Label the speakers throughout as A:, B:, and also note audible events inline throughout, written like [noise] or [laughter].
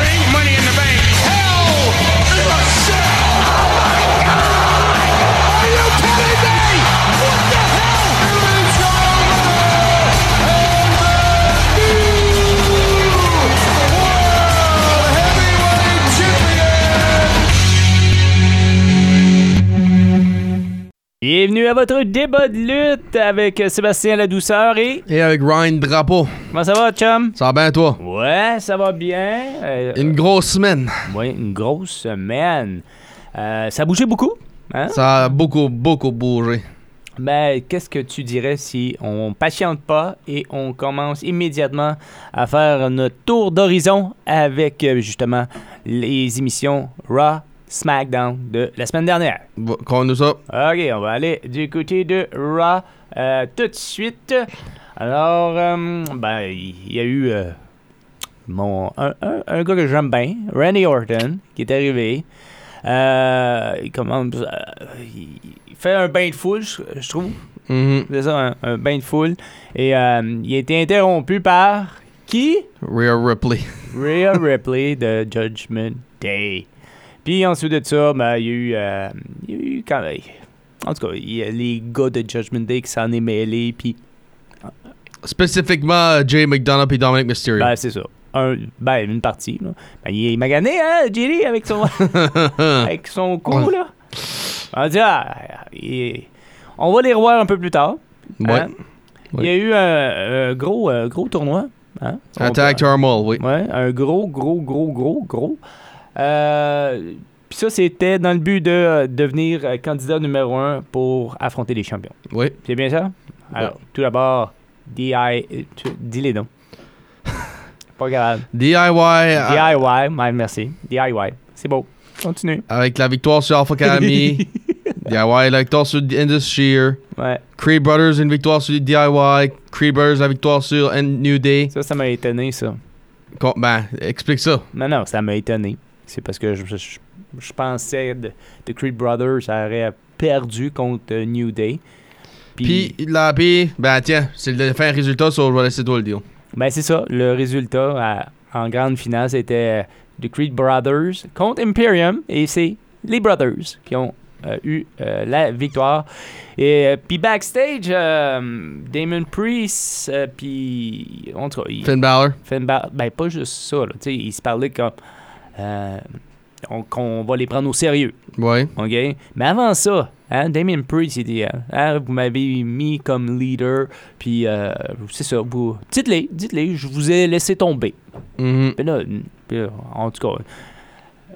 A: Ring, Money in the Bank. Hell in a Cell. Are you kidding me? What the hell? Everything's gone
B: Bienvenue à votre débat de lutte avec euh, Sébastien La Douceur et.
C: Et avec Ryan Drapeau.
B: Comment ça va, chum?
C: Ça va bien, toi?
B: Ouais, ça va bien. Euh,
C: Une grosse semaine.
B: ouais, une grosse semaine. Euh, ça a bougé beaucoup. Hein?
C: Ça a beaucoup, beaucoup bougé.
B: Ben, qu'est-ce que tu dirais si on patiente pas et on commence immédiatement à faire notre tour d'horizon avec euh, justement les émissions Raw SmackDown de la semaine dernière?
C: Va- Qu'on nous ça.
B: Ok, on va aller du côté de Raw euh, tout de suite. Alors, euh, ben, il y a eu euh, mon, un, un- un gars que j'aime bien, Randy Orton, qui est arrivé. Euh, il, commence, euh, il il fait un bain de foule, je, je trouve.
C: Mhm.
B: C'est ça, un, un bain de foule. Et euh, il a été interrompu par qui?
C: Rhea Ripley.
B: Rhea Ripley de Judgment Day. Puis ensuite de ça, ben, il y a eu. euh, il y a eu quand même. En tout cas, il y a les gars de Judgment Day qui s'en est mêlé. Puis,
C: Spécifiquement euh, Jay McDonough et Dominic Mysterio.
B: ben, c'est ça. Un, ben, une partie. Là. Ben, il est magané, hein, Jerry, avec
C: [laughs]
B: son, avec son coup, là. On dit, ah, il- on va les revoir un peu plus tard.
C: ouais.
B: hein.
C: Oui.
B: Il y a eu un, un gros, euh, gros tournoi. Hein?
C: Un
B: On-
C: tag team all, oui.
B: Ouais, un gros, gros, gros, gros, gros. Euh, Puis ça, c'était dans le but de euh, devenir euh, candidat numéro un pour affronter les champions.
C: Oui.
B: C'est bien ça? Alors, tout d'abord, DI. euh, tu- Dis-les donc. [laughs] Pas grave.
C: DIY euh,
B: DIY, ouais, merci. DIY. C'est beau. Continue.
C: avec la victoire sur
B: [laughs]
C: Alpha Academy. DIY, la victoire sur Endless Shear.
B: Ouais,
C: Creed Brothers, une victoire sur DIY. Creed Brothers, la victoire sur N- New Day.
B: ça, ça m'a étonné, ça.
C: Con- Ben, explique ça.
B: Non, non, ça m'a étonné. C'est parce que je, je, je pensais de, de Creed Brothers, ça aurait perdu contre euh, New Day.
C: Puis, la puis, ben tiens, c'est le fin résultat, ça, je vais laisser toi le deal.
B: Ben, c'est ça. Le résultat à- en grande finale, c'était euh, The Creed Brothers contre Imperium. Et c'est les Brothers qui ont euh, eu euh, la victoire. Et euh, puis backstage, euh, Damon Priest, euh, puis... En tout cas, il-
C: Finn Balor.
B: Finn Bal- ben pas juste ça. Là, Tu sais, il se parlait comme... euh, on- qu'on va les prendre au sérieux.
C: Ouais.
B: OK? Mais avant ça, hein, Damien Priest, il dit, hein, Hein, vous m'avez mis comme leader, puis euh, c'est ça, vous... Dites-les, dites-les, je vous ai laissé tomber.
C: Mhm.
B: Mais là, puis là, en tout cas,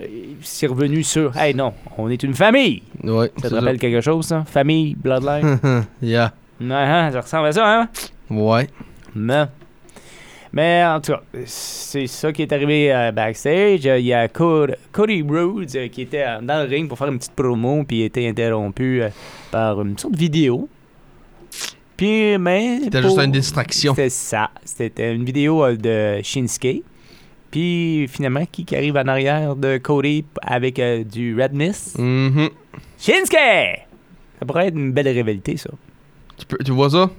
B: euh, c'est revenu sur, hey non, on est une famille.
C: Ouais.
B: Ça te
C: c'est [laughs] Hum.
B: rappelle quelque chose, ça? Famille, bloodline?
C: Yeah.
B: Ouais, hein, ça ressemble à ça, hein?
C: Ouais.
B: Non. Mais en tout cas, c'est ça qui est arrivé euh, backstage. Euh, Il y a Cody, Cody Rhodes euh, qui était euh, dans le ring pour faire une petite promo, puis il était interrompu euh, par une sorte de vidéo. Puis, mais.
C: C'était
B: pour-
C: juste une distraction.
B: C'était ça. C'était une vidéo euh, de Shinsuke. Puis finalement, qui qui arrive en arrière de Cody p- avec euh, du Red Mist?
C: Mhm.
B: Shinsuke! Ça pourrait être une belle rivalité, ça.
C: Tu, peux- tu vois ça?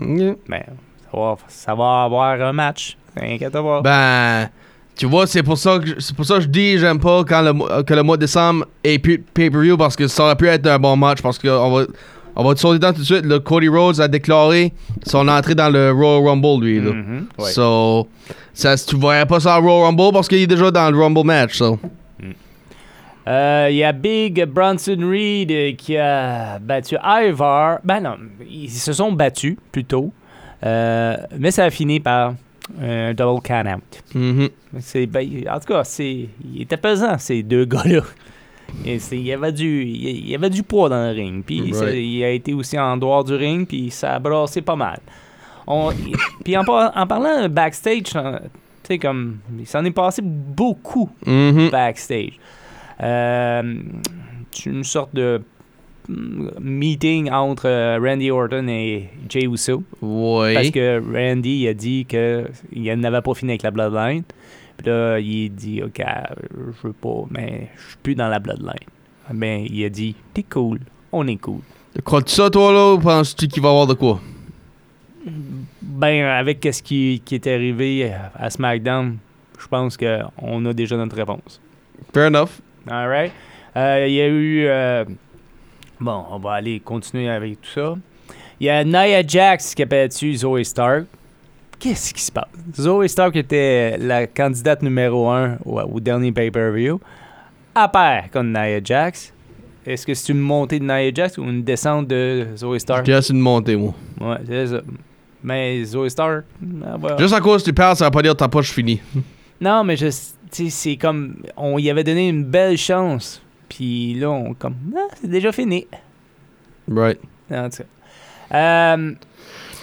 C: Yeah.
B: Mais ça va, ça va avoir un match. T'inquiète pas.
C: Ben, tu vois, c'est pour ça que je- c'est pour ça que je dis j'aime pas quand le mois- que le mois de décembre est plus de pay-per-view parce que ça aurait pu être un bon match parce qu'on va on va te sauter dedans tout de suite. Le Cody Rhodes a déclaré son entrée dans le Royal Rumble lui là.
B: Mhm, ouais.
C: So, ça, tu voyais pas ça au Royal Rumble parce qu'il est déjà dans le Rumble match. So.
B: Euh, Il y a Big Bronson Reed euh, qui a battu Ivar. Ben non, ils se sont battus plutôt. Euh, mais ça a fini par euh, un double count-out.
C: Mhm.
B: C'est- ben, en tout cas, c'est, il était pesant, ces deux gars-là. Et c'est- il, y avait du, il y avait du poids dans le ring. Puis ça-
C: Right.
B: il a été aussi en dehors du ring, puis ça a brassé pas mal. On- y- puis en, par- en parlant backstage, hein, tu sais, comme, il s'en est passé beaucoup
C: Mhm.
B: backstage. Euh, c'est une sorte de mm, meeting entre euh, Randy Orton et Jay Uso.
C: Oui.
B: Parce que Randy il a dit qu'il n'avait pas fini avec la Bloodline. Puis là, il dit Ok, euh, je veux pas, mais je suis plus dans la Bloodline. Mais il a dit T'es cool, on est cool.
C: Crois-tu ça, toi, là, ou penses-tu qu'il va avoir de quoi?
B: Ben, avec ce qui, qui est arrivé à SmackDown, je pense qu'on a déjà notre réponse.
C: Fair enough.
B: All right. Euh, Il y a eu. euh, bon, on va aller continuer avec tout ça. Il y a Nia Jax qui a battu Zoe Stark. Qu'est-ce qui se passe? Zoe Stark était la candidate numéro 1 au, au dernier pay-per-view. À pair contre Nia Jax. Est-ce que c'est une montée de Nia Jax ou une descente de Zoe Stark?
C: Juste une montée, moi.
B: Ouais, c'est ça. Mais Zoe Stark. elle va-
C: Juste à cause que tu parles, ça va pas dire ta poche finie.
B: non, mais je, tu sais, c'est comme on y avait donné une belle chance, puis là on comme ah, c'est déjà fini.
C: Right.
B: En tout cas. Euh,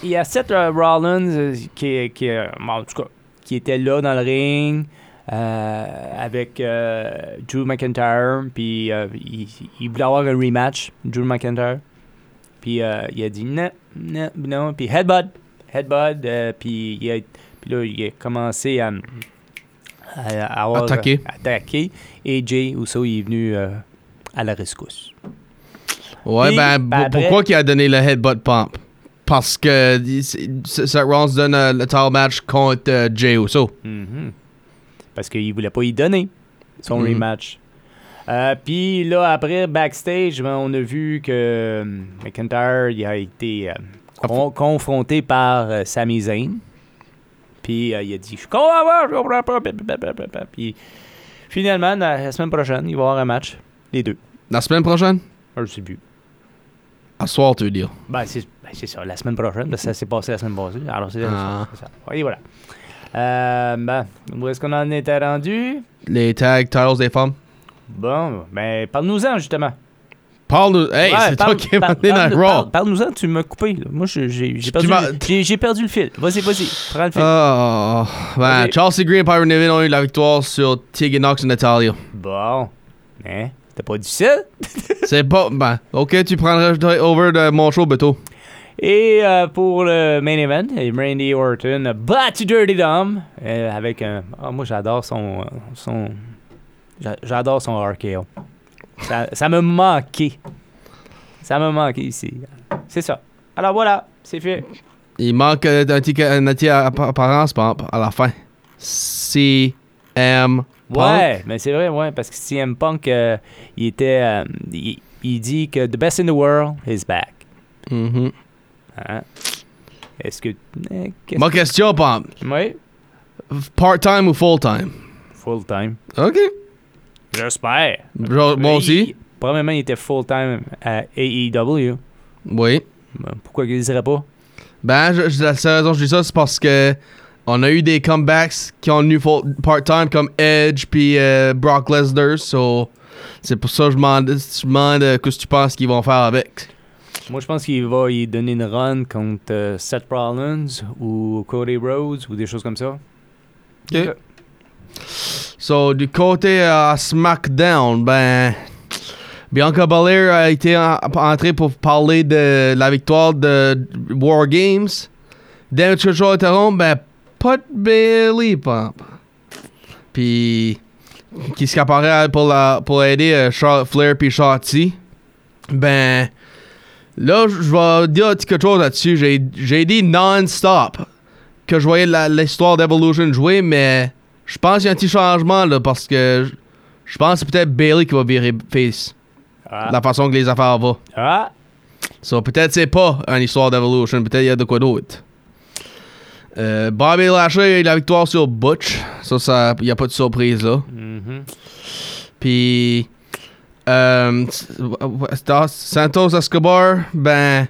B: il y a Seth euh, Rollins euh, qui, qui, euh, bon, en tout cas, qui était là dans le ring euh, avec euh, Drew McIntyre. Puis euh, il, il voulait avoir un rematch, Drew McIntyre. Puis euh, il a dit non, non, non. Puis headbutt, headbutt. euh, puis, il a, puis là, il a commencé à, à- à avoir-
C: Attaquer.
B: attaquer. Et Jay Uso il est venu euh, à la rescousse.
C: Ouais,
B: Puis,
C: ben,
B: ben,
C: pour-
B: après-
C: pourquoi qu'il a donné le headbutt pump? Parce que il- c'est- c'est- Seth Rollins donne euh, le title match contre euh, Jey Uso.
B: Mhm. Parce qu'il voulait pas y donner son
C: Mhm.
B: rematch. Euh, Puis là, après, backstage, ben, on a vu que euh, McIntyre il a été euh, con- confronté par euh, Sami Zayn. Puis euh, il a dit Je comprends pas, je comprends pas. blablabla. Puis finalement, la, la semaine prochaine, il va y avoir un match, les deux.
C: La semaine prochaine?
B: Ah, Je sais plus.
C: À soir, tu veux dire.
B: Ben, c'est ben, c'est ça, la semaine prochaine, parce que ça s'est passé la semaine passée. Alors, c'est
C: Ah.
B: c'est ça. Et voilà. Euh, ben, où est-ce qu'on en était rendu
C: Les tags, titles des femmes.
B: Bon, ben, parle-nous-en, justement.
C: Parle-nous. Hey,
B: Ouais,
C: c'est toi
B: parle-
C: qui es
B: parle-
C: mené dans
B: parle-
C: le
B: parle-
C: Raw.
B: Parle-nous-en, tu m'as coupé. là. Moi, je- j'ai j'ai perdu,
C: m'as-
B: le- j'ai- j'ai perdu le fil. Vas-y, vas-y, prends le fil.
C: Ah, ben,
B: Ok.
C: Chelsea Green et Pyron Neville ont eu la victoire sur Tegan Knox et Natalia.
B: Bon. Hein? C'était pas difficile.
C: C'est pas. Ben, ok, tu prendras le over de mon show, Beto.
B: Et euh, pour le main event, Randy Orton a battu Dirty Dom euh, avec un. ah, moi, j'adore son. euh, son j'a- j'adore son RKO. Ça, ça me manquait. Ça me manquait ici. C'est ça. Alors voilà, c'est fait.
C: Il manque euh, un ticket un ticket à- à- apparence pump à la fin. CM.
B: Ouais, mais c'est vrai, ouais, parce que CM Punk, euh, il était. euh, il, il dit que The best in the world is back.
C: Mhm.
B: Hein? Est-ce que. euh, qu'est-ce-
C: Ma question, Pump.
B: Oui,
C: Part-time ou full-time?
B: full time.
C: Ok.
B: J'espère.
C: Genre, Moi
B: Il-
C: aussi.
B: Premièrement, il était full-time à AEW.
C: Oui.
B: Ben, Pourquoi qu'il ne dirait pas?
C: Ben, je, je- la seule raison que je dis ça, c'est parce que on a eu des comebacks qui ont eu full- part-time comme Edge puis euh, Brock Lesnar, so c'est pour ça que je m'en- je demande euh, qu'est-ce que tu penses qu'ils vont faire avec.
B: Moi, je pense qu'il va y donner une run contre euh, Seth Rollins ou Cody Rhodes ou des choses comme ça.
C: Ok. So, du côté euh, SmackDown, ben. Bianca Belair a été en- entrée pour parler de la victoire de War Games. Damage Control interrompt, ben, pas de Bailey Pump. Puis, qui se caparait pour, la, pour aider euh, Charlotte Flair puis Shotzi. Ben, là, je vais dire quelque chose là-dessus. J'ai- J'ai dit non-stop que je voyais la- l'histoire d'Evolution jouer, mais. Je pense qu'il y a un petit changement là parce que je- je pense que c'est peut-être Bailey qui va virer face
B: Ah.
C: la façon que les affaires vont.
B: Ah.
C: So, peut-être c'est pas une histoire d'Evolution, peut-être il y a de quoi d'autre. Euh, Bobby Lashley a eu la victoire sur Butch. Ça, ça il n'y a pas de surprise là.
B: Mhm.
C: Puis. Euh, Stas- Santos Escobar, ben.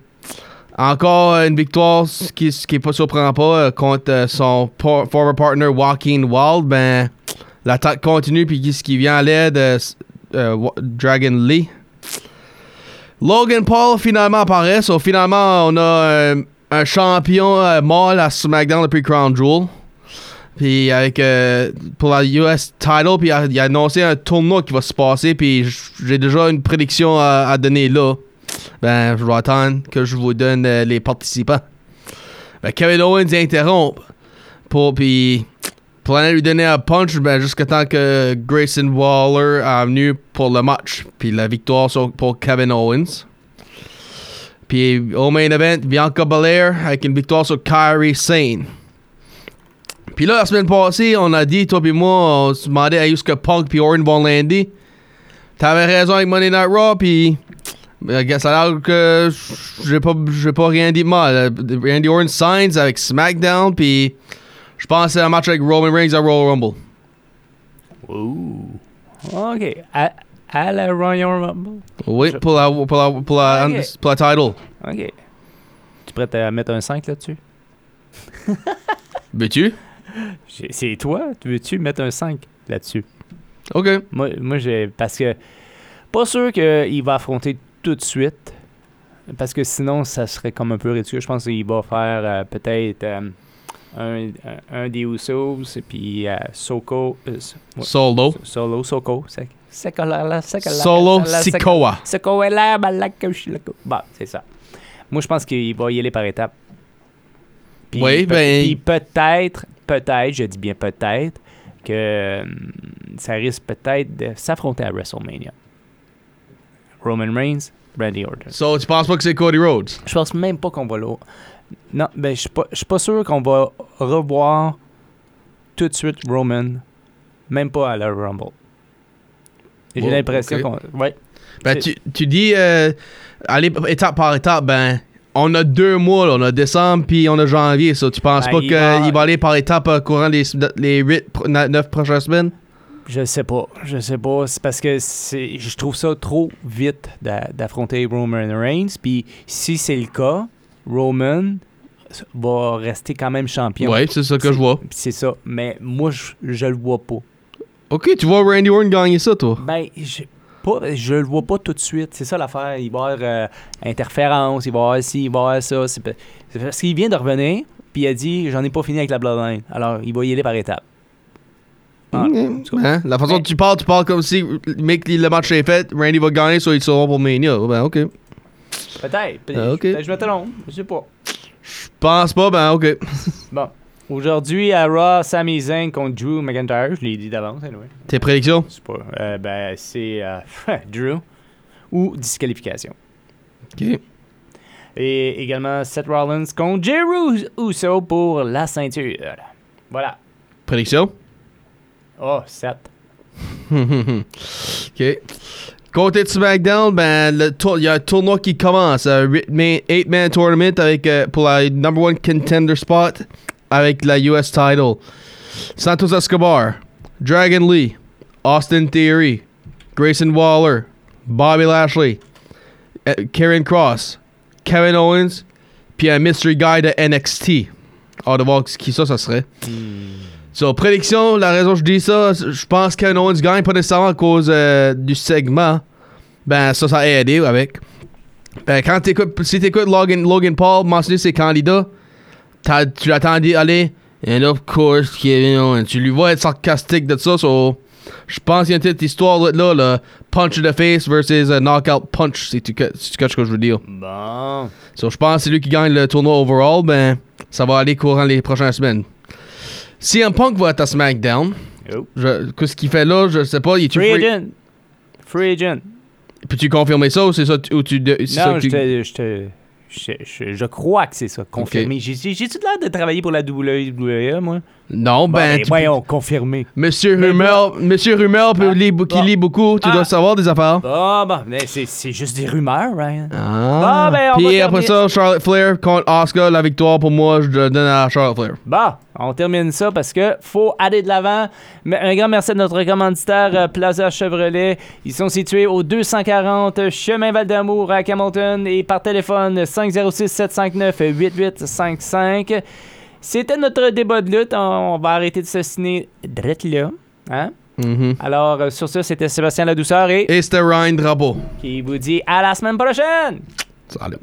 C: Encore une victoire ce qui ce qui est pas surprend pas euh, contre euh, son por- former partner Joaquin Wild. Ben, l'attaque continue, puis qui- ce qui vient à l'aide, euh, s- euh, Wa- Dragon Lee. Logan Paul finalement apparaît. So, finalement, on a euh, un champion euh, mâle à SmackDown depuis Crown Jewel. Puis avec euh, pour la US title, puis il a, il a annoncé un tournoi qui va se passer, puis j- j'ai déjà une prédiction à, à donner là. Ben, je vais attendre que je vous donne euh, les participants. Ben, Kevin Owens interrompt. Pour, puis, planait lui donner un punch ben, jusqu'à temps que Grayson Waller est venu pour le match. Puis la victoire sur- pour Kevin Owens. Puis au main event, Bianca Belair avec une victoire sur Kyrie Sane. Puis là, la semaine passée, on a dit, toi puis moi, on se demandait à Yuska er Punk puis Orin vont lundi. T'avais raison avec Monday Night Raw, puis euh, gars, ça a l'air que j'ai pas, j'ai pas rien dit de mal. Euh, Randy Orton signs avec SmackDown, puis je pense que c'est un match avec Roman Reigns à Royal Rumble.
B: Ouh. OK. À, à la Royal Rumble.
C: Oui, pour la, pour la, pour la,
B: Ok.
C: pour la title.
B: OK. Tu prêt à mettre un 5 là-dessus?
C: Veux-tu?
B: J'ai- C'est toi. Tu Veux-tu mettre un 5 là-dessus?
C: Ok.
B: Moi, moi j'ai. Parce que. Pas sûr qu'il va affronter tout de suite. Parce que sinon, ça serait comme un peu ridicule. Je pense qu'il va faire euh, peut-être euh, un, un, un des Usos, et puis euh, Soko. euh, s- ouais,
C: Solo.
B: Solo, Soko. sec- secolala, secolala,
C: Oh. Solo
B: secolala, sec-
C: Sikoa.
B: Secoela, balaka, shilaka. Bon, c'est ça. Moi, je pense qu'il va y aller par étapes. Puis
C: Oui,
B: peut-
C: ben-
B: Puis peut-être, peut-être, je dis bien peut-être, que euh, ça risque peut-être de s'affronter à WrestleMania. Roman Reigns, Randy Orton.
C: So, tu penses pas que c'est Cody Rhodes?
B: Je pense même pas qu'on va là. Non, ben, je suis pas, je suis pas sûr qu'on va revoir tout de suite Roman, même pas à la Rumble. J'ai
C: Wow,
B: l'impression
C: ok.
B: qu'on. Ouais.
C: Ben, tu, tu dis, euh, aller étape par étape, ben, on a deux mois, là. on a décembre puis on a janvier, ça. tu penses
B: Ben,
C: pas
B: il
C: qu'il
B: va-
C: va aller par étape euh, courant les, les 8, 9 prochaines semaines?
B: Je sais pas, je sais pas. C'est parce que c'est, je trouve ça trop vite d'a- d'affronter Roman Reigns. Puis si c'est le cas, Roman va rester quand même champion.
C: Ouais, c'est ça que je vois.
B: Puis C'est ça. Mais moi, je, je le vois pas.
C: Ok, tu vois Randy Orton gagner ça, toi.
B: Ben, je, pas, je le vois pas tout de suite. C'est ça l'affaire. Il va y avoir euh, interférence, il va y avoir ci, il va y avoir ça. C'est, pa- c'est parce qu'il vient de revenir, puis il a dit J'en ai pas fini avec la Bloodline. Alors, il va y aller par étapes. Ah,
C: Mm,
B: en tout cas. Ben-
C: hein? La façon
B: Mais-
C: dont tu parles, tu parles comme si mec, le match est fait, Randy va gagner, soit il sera pour Mania. Ben, ok.
B: Peut-être. peut
C: Ah, ok.
B: Je me trompe. Je sais pas.
C: Je pense pas, ben, ok.
B: Bon. Aujourd'hui, à Raw, Sami Zayn contre Drew McIntyre. Je l'ai dit d'avance, anyway.
C: Tes prédictions?
B: C'est pas. euh, ben, c'est euh, [laughs] Drew ou disqualification.
C: Ok.
B: Et également Seth Rollins contre Jeru Uso pour la ceinture. Voilà.
C: Prédiction?
B: Oh, Seth.
C: [laughs] OK. Côté de SmackDown, ben, le tour- il y a un tournoi qui commence. Un 8-man tournament avec, euh, pour la number one contender spot avec la US title. Santos Escobar, Dragon Lee, Austin Theory, Grayson Waller, Bobby Lashley, euh, Karen Cross, Kevin Owens, puis un mystery guy de NXT. Hors de voir qui ça, ça serait. So, prédiction, la raison que je dis ça, je pense que Kevin Owens gagne pas nécessairement à cause euh, du segment. Ben, ça, ça a aidé avec. Ben, quand t'écoutes, si t'écoutes Logan, Logan Paul mentionner ses candidats, t'as- tu l'attendais aller. And of course, Kevin Owens. Tu lui vois être sarcastique de ça, so, je pense qu'il y a une petite histoire là, là, le punch to the face versus a knockout punch, si tu, ca- si tu catches ce que je veux dire.
B: Bon.
C: So, je pense que c'est lui qui gagne le tournoi overall, ben, ça va aller courant les prochaines semaines. CM Punk va être à SmackDown.
B: Oh.
C: Je- Qu'est-ce qu'il fait là? Je sais pas. il est-tu
B: Free
C: free-
B: agent. Free agent.
C: Peux-tu confirmer ça ou c'est ça tu- ou tu. de- c'est ça
B: Non,
C: que
B: je
C: tu-
B: te. Je te- Je, je- je crois que c'est ça, confirmé. J'ai- j'ai- J'ai-tu l'air de travailler pour la WWE, moi?
C: Non,
B: Bon,
C: ben.
B: ben,
C: tu-
B: voyons, confirmé.
C: Monsieur
B: Mais
C: Rumeur, Monsieur Rumeur peut
B: Ah,
C: lire bou- qui
B: bon.
C: lit beaucoup. Tu
B: Ah.
C: dois savoir des affaires.
B: Bon, bon, Ah, bah, mais c'est c'est juste des rumeurs, Ryan.
C: Ah.
B: Bon, ben, on va
C: Puis
B: terminer-
C: après ça, Charlotte Flair contre Oscar, la victoire pour moi, je le donne à Charlotte Flair.
B: Bon, Bah, on termine ça parce que faut aller de l'avant. Mais Un grand merci à notre commanditaire euh, Plaza Chevrolet. Ils sont situés au 240 Chemin Val d'Amour à Camelton et par téléphone 506 759 8855. C'était notre débat de lutte. On- On va arrêter de se signer drette là. Hein?
C: Mhm.
B: Alors, euh, sur ce, c'était Sébastien La Douceur et
C: Et c'était Ryan Drapeau.
B: qui vous dit à la semaine prochaine!
C: Salut.